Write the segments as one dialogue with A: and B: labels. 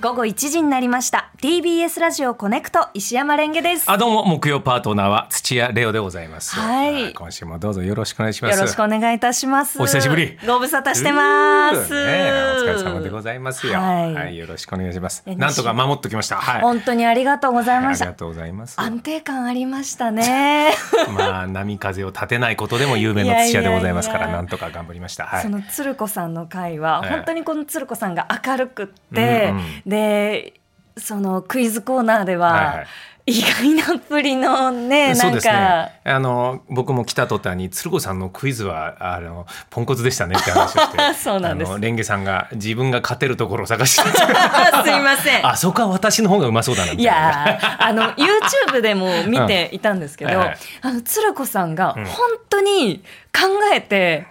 A: 午後1時になりました TBS ラジオコネクト石山レンゲです
B: あどうも木曜パートナーは土屋レオでございます。
A: はい
B: あ今週もどうぞよろしくお願いします。
A: よろしくお願いいたします
B: お久しぶり
A: ご無沙汰してます、
B: うーねお疲れ様でございますよ。
A: は
B: はいい、よろしくお願いします。
A: え
B: なんとか守ってきました。はい。
A: 本当にありがとうございま
B: あ
A: し
B: り
A: た
B: がとうございます。
A: 安定感ありましたね
B: まあ波風を立てないことでも有名の土屋でございますから
A: いやいやいや
B: なんとか頑張りました。はい
A: そ。の鶴子さんの回は、
B: ええ
A: 本当にこの鶴子さんが明るくって、
B: うん
A: でそのクイズコーナーでは、
B: はいはい
A: 意外なプリのね
B: そ
A: な
B: うんですね。
A: か、
B: あの僕も来た途端に鶴子さんのクイズはあのポンコツでしたねって話をして、
A: そうなんです
B: あのレンゲさんが自分が勝てるところを探してて、
A: あすいません
B: あそこは私の方がうまそうだなみた
A: い
B: いな。
A: やーあの YouTube でも見ていたんですけど、
B: うんはいはい
A: あの鶴子さんが
B: うん
A: 本当に考えて、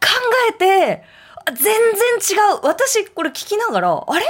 A: 考えてあ全然違う私これ聞きながらあれ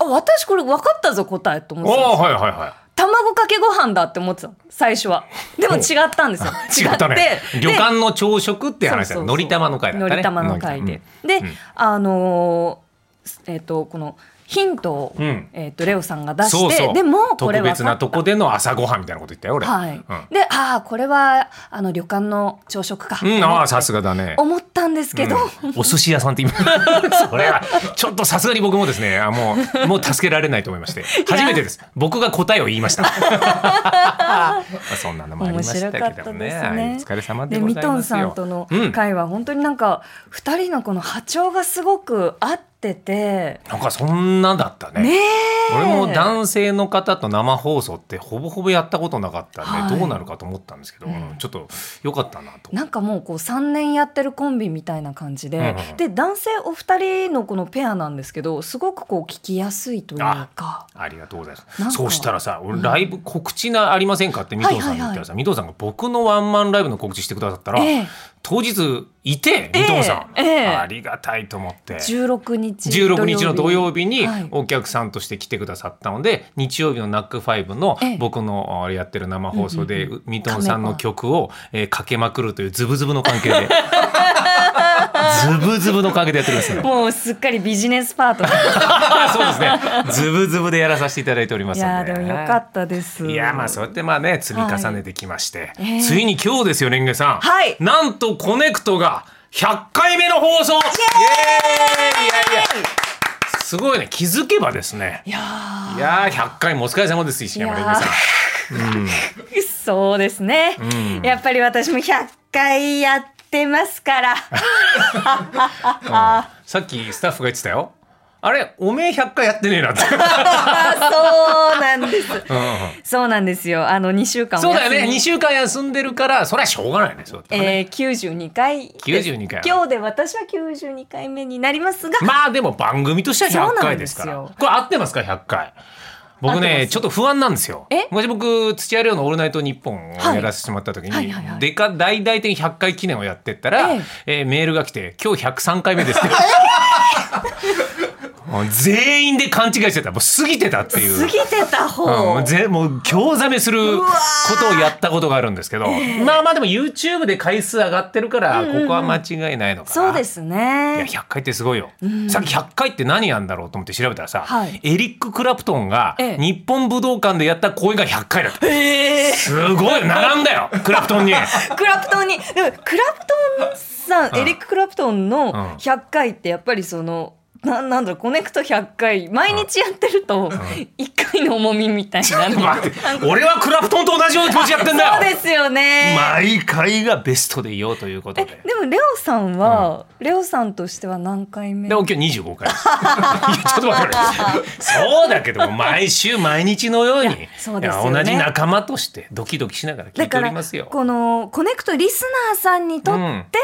A: あ私これ分かったぞ答えと思ってたん
B: お
A: で
B: お
A: すよ
B: はいはいはい。
A: 卵かけご飯だって思ってたの最初はでも違ったんですよ
B: 違ったね
A: 違って。
B: 旅館の朝食って話
A: そうそうそ
B: だ。
A: う
B: のりたまの会だったね。
A: のり玉の会で。で、
B: うん
A: あのーえっ、とこのヒントを、
B: うん
A: えっ、とレオさんが出して、
B: そうそう。
A: でもこれ
B: 特
A: は
B: 別なとこでの朝ごはんみたいなこと言ったよ俺。
A: はい。
B: う
A: で、ああこれはあの旅館の朝食か。
B: ん。うん、ああさすがだね。
A: 思ったんですけど、
B: うんお寿司屋さ んって今それはちょっとさすがに僕もですねあもうもう助けられないと思いまして初めてです僕が答えを言 いましたまあそんなのもありま
A: 面
B: し
A: 白
B: た
A: かっ
B: け
A: た
B: ど
A: で
B: ね
A: す
B: はいお
A: ね。
B: 疲れ様で
A: で
B: ご
A: ミ
B: ざい
A: ト
B: ま
A: ン
B: す
A: さん
B: よ
A: との
B: うん
A: 会は本当になんか二人のこの波長がすごく合ってて、
B: なんかそんなだったね
A: ねえ。
B: 俺も男性の方と生放送ってほぼほぼやったことなかったんで、
A: はい
B: どうなるかと思ったんですけど、
A: うん
B: うんちょっと良かったなと。
A: なんかもうこう3年やってるコンビみたいな感じで、
B: うんうん
A: で男性お二人のこのペアなんですけどすごくこう聞きやすいというか
B: ありがとうございま
A: なん
B: す。
A: か
B: そうしたらさ、俺ライブ告知なありませんかって三藤さんに言ったらさ、三藤さんが僕のワンマンライブの告知してくださったら、
A: ええ
B: 当日いて三藤さん、
A: ええええ
B: ありがたいと思って。
A: 16日
B: 16日の土曜日に
A: はい
B: お客さんとして来てくださったので、日曜日のナックファイブの
A: ええ
B: 僕のあやってる生放送で、
A: うんうんうん
B: ミトンさんの曲を、えーかけまくるというズブズブの関係で ズブズブの関係でやってるん ですね。
A: もうすっかりビジネスパートナー
B: そうですねズブズブでやらさせていただいておりま
A: い
B: す
A: やー
B: の
A: で
B: で。
A: もよかったです。
B: いやーまあそうやってまあね積み重ねてきまして、
A: いええ
B: ついに今日ですよレンゲさん、
A: はい
B: なんとコネクトが100回目の放送イエーイいやいやすごいね気づけばですね
A: いやー
B: いやー100回もお疲れ様です石山レンゲさん
A: そうですね、
B: うん
A: やっぱり私も100回やってますから。
B: さっきスタッフが言ってたよあれおめえ100回やってねえなって、
A: そうなんです。
B: うんうん
A: そうなんですよ。あの2週間お
B: そうだよ
A: 休
B: ね
A: み
B: 2週間休んでるからそれはしょうがないねそうだったらね、
A: えー、92回です
B: 92回
A: 今日で私は92回目になりますが、
B: まあでも番組としては
A: そう
B: 100
A: なん
B: 回
A: で
B: ですす
A: よ
B: からこれ合ってますか100回僕
A: 合ってま
B: ね
A: す
B: ちょっと不安なんですよ
A: え
B: 昔僕土屋亮の「オールナイトニッポン」を
A: はい
B: やらせてもらった時に、
A: はいはいはい
B: でか大々的に100回記念をやってったら、
A: え
B: えーメールが来て「今日103回目です」 って。もう全員で勘違いしてたもう過ぎてたっていう
A: 過ぎてた方、
B: うん、ぜもう興ざめすることをやったことがあるんですけど、まあまあでも YouTube で回数上がってるからここは間違いないのかな、
A: そうです
B: いや
A: ね。
B: 100回ってすごいよ、さっき100回って何やんだろうと思って調べたらさ、
A: はい
B: エリック・クラプトンが
A: ええ
B: 日本武道館でやった公演が100回だった
A: えー
B: すごいよ並んだ よクラプトンに
A: クラプトンにでもクラプトンさん、エリック・クラプトンの100回ってやっぱりそのななんだろうコネクト100回毎日やってると1回の重みみたいな、
B: 待って俺はクラプトンと同じような気持ちやってんだよ
A: そうですよね、
B: 毎回がベストでいようということ
A: え
B: で。
A: でもレオさんは、レオさんとしては何回目
B: でも今日25回です いやちょっと待ってくれそうだけども毎週毎日のように
A: いやそうですよね
B: いや同じ仲間としてドキドキしながら聞
A: だ
B: いて
A: か
B: おり
A: ら
B: ますよ。
A: このコネクトリスナーさんにとって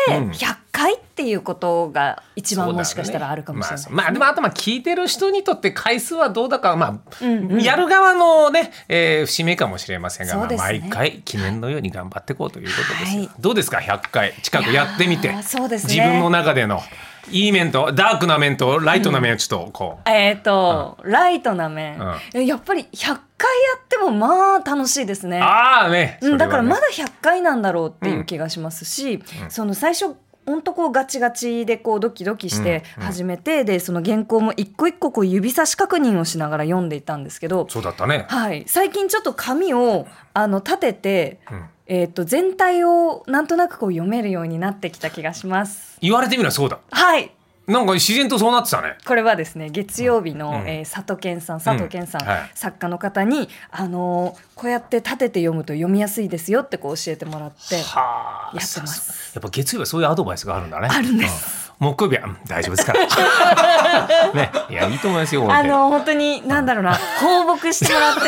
B: うんうん
A: 100回っていうことが一
B: そうだ
A: 番
B: ね
A: もしかしたらあるかもしれない、
B: まあ、まあでもあとまあ聞いてる人にとって回数はどうだかはまあ、
A: うんうん
B: やる側のね、えー節目かもしれませんが、
A: そ
B: ま
A: う
B: あ
A: ですね
B: 毎回記念のように頑張っていこうということですよ、
A: はい
B: どうですか100回近くやってみ
A: い
B: て
A: やーそうですね
B: 自分の中でのいい面とダークな面とライトな面をちょっとこう、
A: えっ、と、ライトな面、
B: う
A: やっぱり100回やってもまあ楽しいですね。
B: ああね
A: うんだからまだ
B: だ
A: 100回なんだろうっていう気がしますし、その最初ほんとこうガチガチでこうドキドキして
B: うんうん
A: 始めて、でその原稿も一個一個こう指差し確認をしながら読んでいたんですけど、
B: そうだったね。
A: はい、最近ちょっと紙をあの立てて、
B: うん
A: えー、と全体をなんとなくこう読めるようになってきた気がします。
B: 言われてみればそうだ。
A: はい
B: なんか自然とそうなってたね。
A: これはですね月曜日の、
B: うん
A: えー佐藤健さん佐藤健さん、
B: うんはい
A: 作家の方に、あのーこうやって立てて読むと読みやすいですよってこう教えてもらって
B: はあ。
A: やってます
B: さすやっぱ月曜日はそういうアドバイスがあるんだね。
A: あるんで
B: うん。木曜日はうん大 丈夫ですから。ね、いやいいと思いますよ。
A: あのー本当になんだろうな放牧してもら って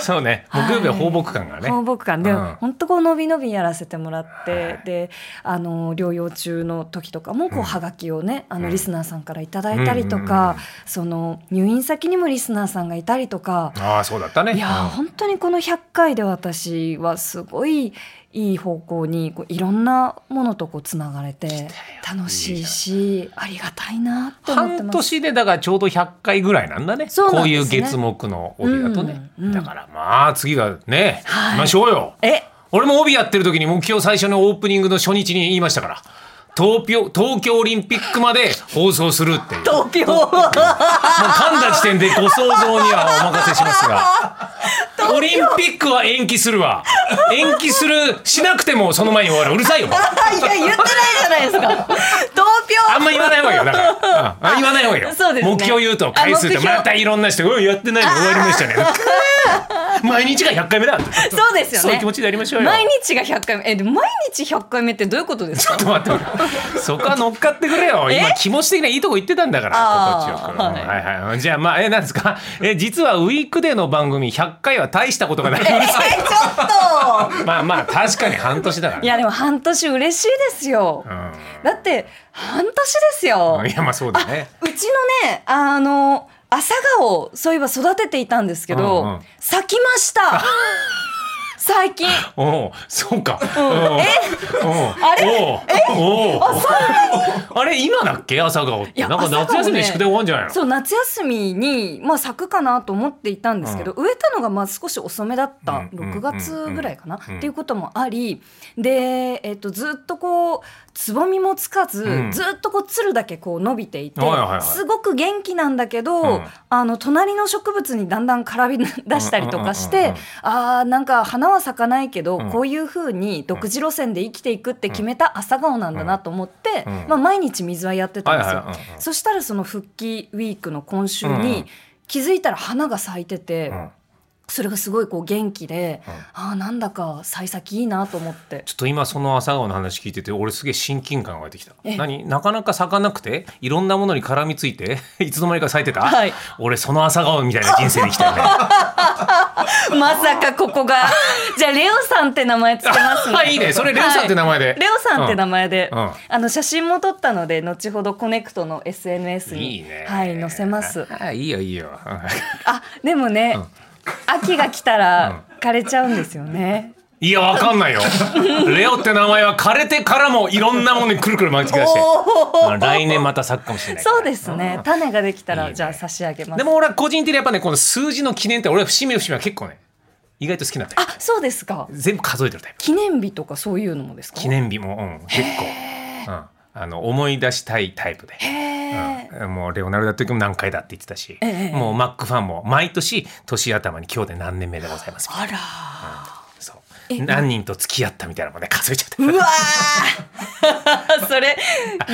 B: そうね、
A: はい
B: 木曜日は放牧感がね。
A: 放牧感で、
B: うん
A: 本当こう伸び伸びやらせてもらって、
B: はい
A: で、あのー療養中の時とかもこう
B: うん
A: はがきをね、あ
B: う
A: の
B: ん
A: リスナーさんからいただいたりとか、
B: うんうんうん
A: その入院先にもリスナーさんがいたりとか、
B: ああ、そうだったね。
A: いやー、
B: うん
A: 本当にこの100回で私はすごいいい方向にこういろんなものとこうつながれて楽しいしありがたいなって思って
B: 半
A: ます。
B: 年でだからちょうど100回ぐらいなんだね
A: そう
B: こ
A: なん
B: うい
A: で
B: う
A: すね
B: 月目の帯だとね、
A: うんうん
B: だからまあ次がね、
A: はい
B: 行きましょうよ
A: え
B: 俺も帯やってる時に目標最初のオープニングの初日に言いましたから東京東京オリンピックまで放送するっていうもう
A: 東京 は
B: 噛んだ時点でご想像にはお任せしますがオリンピックは延期するわ延期するしなくてもその前に終わるうるさいよ
A: いや言ってないじゃないですか
B: あんま
A: 東
B: 言わない方がいいよだから、うんあ言わない方がいいよ、
A: そうですね
B: 目標言うと回数って
A: あ目標
B: またいろんな人が「うんやってないの終わりま したね」毎日が100回目だって
A: 京そうですよね
B: そういう気持ちでやりましょうよ
A: 毎日が100回目えでも毎日100回目ってどういうことです
B: ちょ
A: か
B: っと待って待ってそこは乗っかってくれよ今気持ち的にはいいとこ行ってたんだから
A: あー
B: 心地よく、うん
A: はい
B: はいはい、じゃあまあえなんですかえ実はウィークデーの番組100回は大したことがない
A: えちょっ
B: まあまあ確かに半年だから
A: といやでも半年嬉しいですよ、だって半年ですよ、
B: うん、いやまあそうだね
A: うちのね、あの、朝顔、そういえば育てていたんですけど、
B: うんうん
A: 咲きま した。最近。
B: おうそうか。うん、え、
A: あれ
B: おうおうあれ今だっけ朝顔っ
A: い
B: て。な
A: や
B: んか夏休みの宿題終わんじゃないの。
A: そう、夏休みに、まあ咲くかなと思っていたんですけど、植えたのがまあ少し遅めだった、
B: うんうんうん
A: 6月ぐらいかな、
B: うん
A: っていうこともあり、で、えっと、ずっとこう、つぼみもつかず、
B: うん
A: ずっとこう、つるだけこう伸びていて、
B: はいはいはい
A: すごく元気なんだけど、
B: うん
A: あの、隣の植物にだんだん絡み出したりとかして、
B: うんうんうんうん
A: あーなんか花は咲かないけど、
B: うん
A: こういうふうに独自路線で生きていくって決めた朝顔なんだなと思って、
B: うんうん
A: まあ、毎日水はやってたんですよ、
B: はいはいうんうん
A: そしたらその復帰ウィークの今週
B: うんう
A: に
B: ん
A: 気づいたら花が咲いてて、
B: うん
A: それがすごいこう元気で、
B: うん
A: あーなんだか幸先いいなと思って
B: ちょっと今その朝顔の話聞いてて俺すげえ親近感が湧いてきた
A: え
B: 何なかなか咲かなくていろんなものに絡みついて いつの間にか咲いてた、
A: はい
B: 俺その朝顔みたいな人生で生きたよね
A: まさかここ がじゃあレオさんって名前つけますね
B: あいいねそれレオさんって名前で、
A: レオさんって名前で、
B: うんうん
A: あの写真も撮ったので後ほどコネクトの SNS に
B: いいね
A: はい、載せ ます
B: あいいよいいようん
A: あでもね、
B: うん
A: 秋が来たら枯れちゃうんですよね。
B: いやわかんないよ レオって名前は枯れてからもいろんなものにくるくる巻き出してまあ
A: お
B: 来年また咲くかもしれないから
A: そうですね。種ができた
B: いい
A: ら
B: ね
A: じゃあ差し上げます。
B: でも俺は個人的にやっぱねこの数字の記念って俺は節目節目は結構ね意外と好きなんだよ
A: あそうですか。
B: 全部数えてるタイプ
A: 記念日とかそういうのもですか。
B: 記念日も、うん、結構、うん、あの思い出したいタイプで、
A: へー
B: うん、もうレオナルドの時も何回だって言ってたし、
A: ええ
B: もうマックファンも毎年年頭に今日で何年目でございます
A: あら
B: そう
A: え
B: 何人と付き合ったみたいなのもね数えち ゃって
A: ー。うわー。 それ。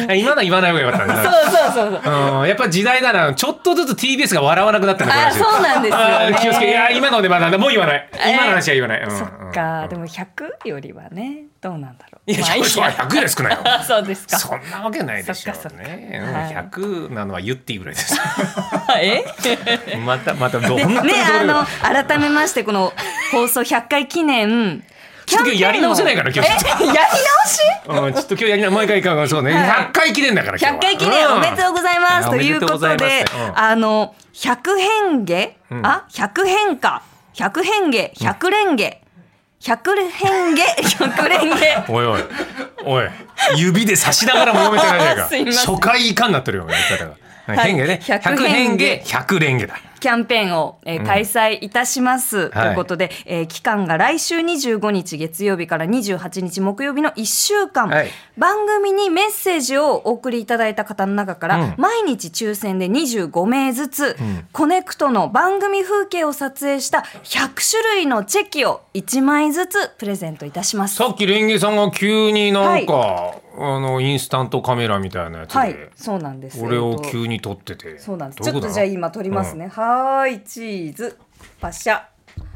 B: あ今のは言わない方がよかったん
A: そう
B: だ
A: そうそうそう。
B: うん、やっぱ時代だなちょっとずつ TBS が笑わなくなったねこの
A: あ
B: 話
A: そうなんですよね
B: あー気をつけいや今のでまだもう言わない今の話は言わない、うん
A: そっか。で
B: も
A: も100よりはねどうなんだろう。
B: いや
A: まあいい
B: 100は100より少ないよ
A: や そうですか。
B: そんなわけないでしょ
A: そっか
B: う
A: そっか
B: ね。
A: はい
B: うん100なのは言っていいぐらいです。
A: え？
B: またまたどう
A: で
B: 本
A: ね
B: 当にどう
A: あの改めましてこの放送100回記念
B: ちょっと今日やり直せないかな今日
A: えやり直し
B: のうんちょっと今日やりな毎回かそうね。
A: はい
B: 100回記念だから今日は。
A: 100回記念おめでとうございます、
B: うん
A: ということ
B: おめでとうござい
A: で
B: ますうん
A: あの100変化、
B: ん
A: あ100変化100変化100連下100変化 100連下
B: おいおいおい指で刺しながらも読めてないじゃ
A: すい
B: ない
A: ま
B: か。
A: せん
B: 初回以下になってるよやり方が。
A: い
B: 変化ね。
A: 100
B: 100変化100連下だ。
A: キャンペーンを、えー開催いたします、ということで、えー期間が来週25日月曜日から28日木曜日の1週間、
B: はい
A: 番組にメッセージをお送りいただいた方の中から、
B: うん
A: 毎日抽選で25名ずつ、コネクトの番組風景を撮影した100種類のチェキを1枚ずつプレゼントいたします。
B: さっきレンゲさんが急になんか、あのインスタントカメラみたいなやつで、
A: はい、そうなんですよ
B: 俺を急に撮ってて
A: そうなんです。ち
B: ど
A: ょ
B: こ
A: っ
B: だ
A: とじゃあ今撮りますね。はーい、チーズ。パシャ。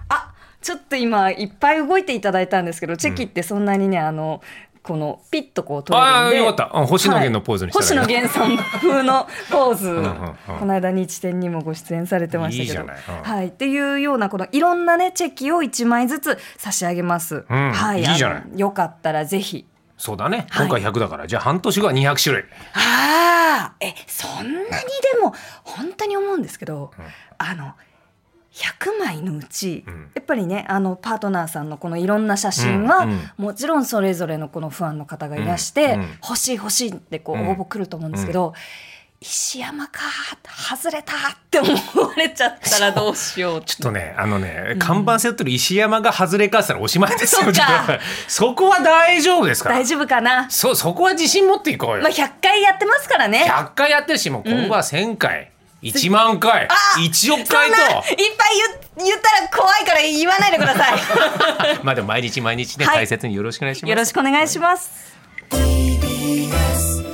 A: あ、ちょっと今いっぱい動いていただいたんですけど、チェキってそんなにね、あの、このピッとこう撮れるんで。
B: あーよかったうん星野源のポーズにしたらいい
A: はい星野源さんの風のポーズ。
B: ん
A: この間日展にもご出演されてましたけど。
B: いいじゃないうん
A: はい、っていうようなこのいろんなねチェキを一枚ずつ差し上げます。
B: うん
A: はい、
B: いいじゃない
A: あのよかったらぜひ。
B: そうだね、
A: はい
B: 今回100だからじゃあ半年後は200種類
A: ああ、え、そんなにでも、本当に思うんですけど、
B: ん
A: あの、100枚のうち、
B: ん
A: やっぱりね、あの、パートナーさんのこのいろんな写真は、
B: うんうん
A: もちろんそれぞれのこのファンの方がいらして、
B: うんうん
A: 欲しい欲しいってこう
B: うん
A: 応募来ると思うんですけど、石山か、外れたって思われちゃったらどうしようって
B: ちょっとねあのね、看板背負ってる石山が外れかしたらおしまいですよそこは大丈夫ですから
A: 大丈夫かな
B: そうそこは自信持っていこうよ、
A: まあ、100回やってますからね。
B: 100回やってるしもう今後は1000回、1万回1億
A: そん
B: 回
A: ないっ
B: と
A: ぱい言言ったら怖いから言わないでください。
B: まあでも毎日毎日ね、
A: はい
B: 大切によろしくお願いします。
A: よろしくお願いします。
C: TBS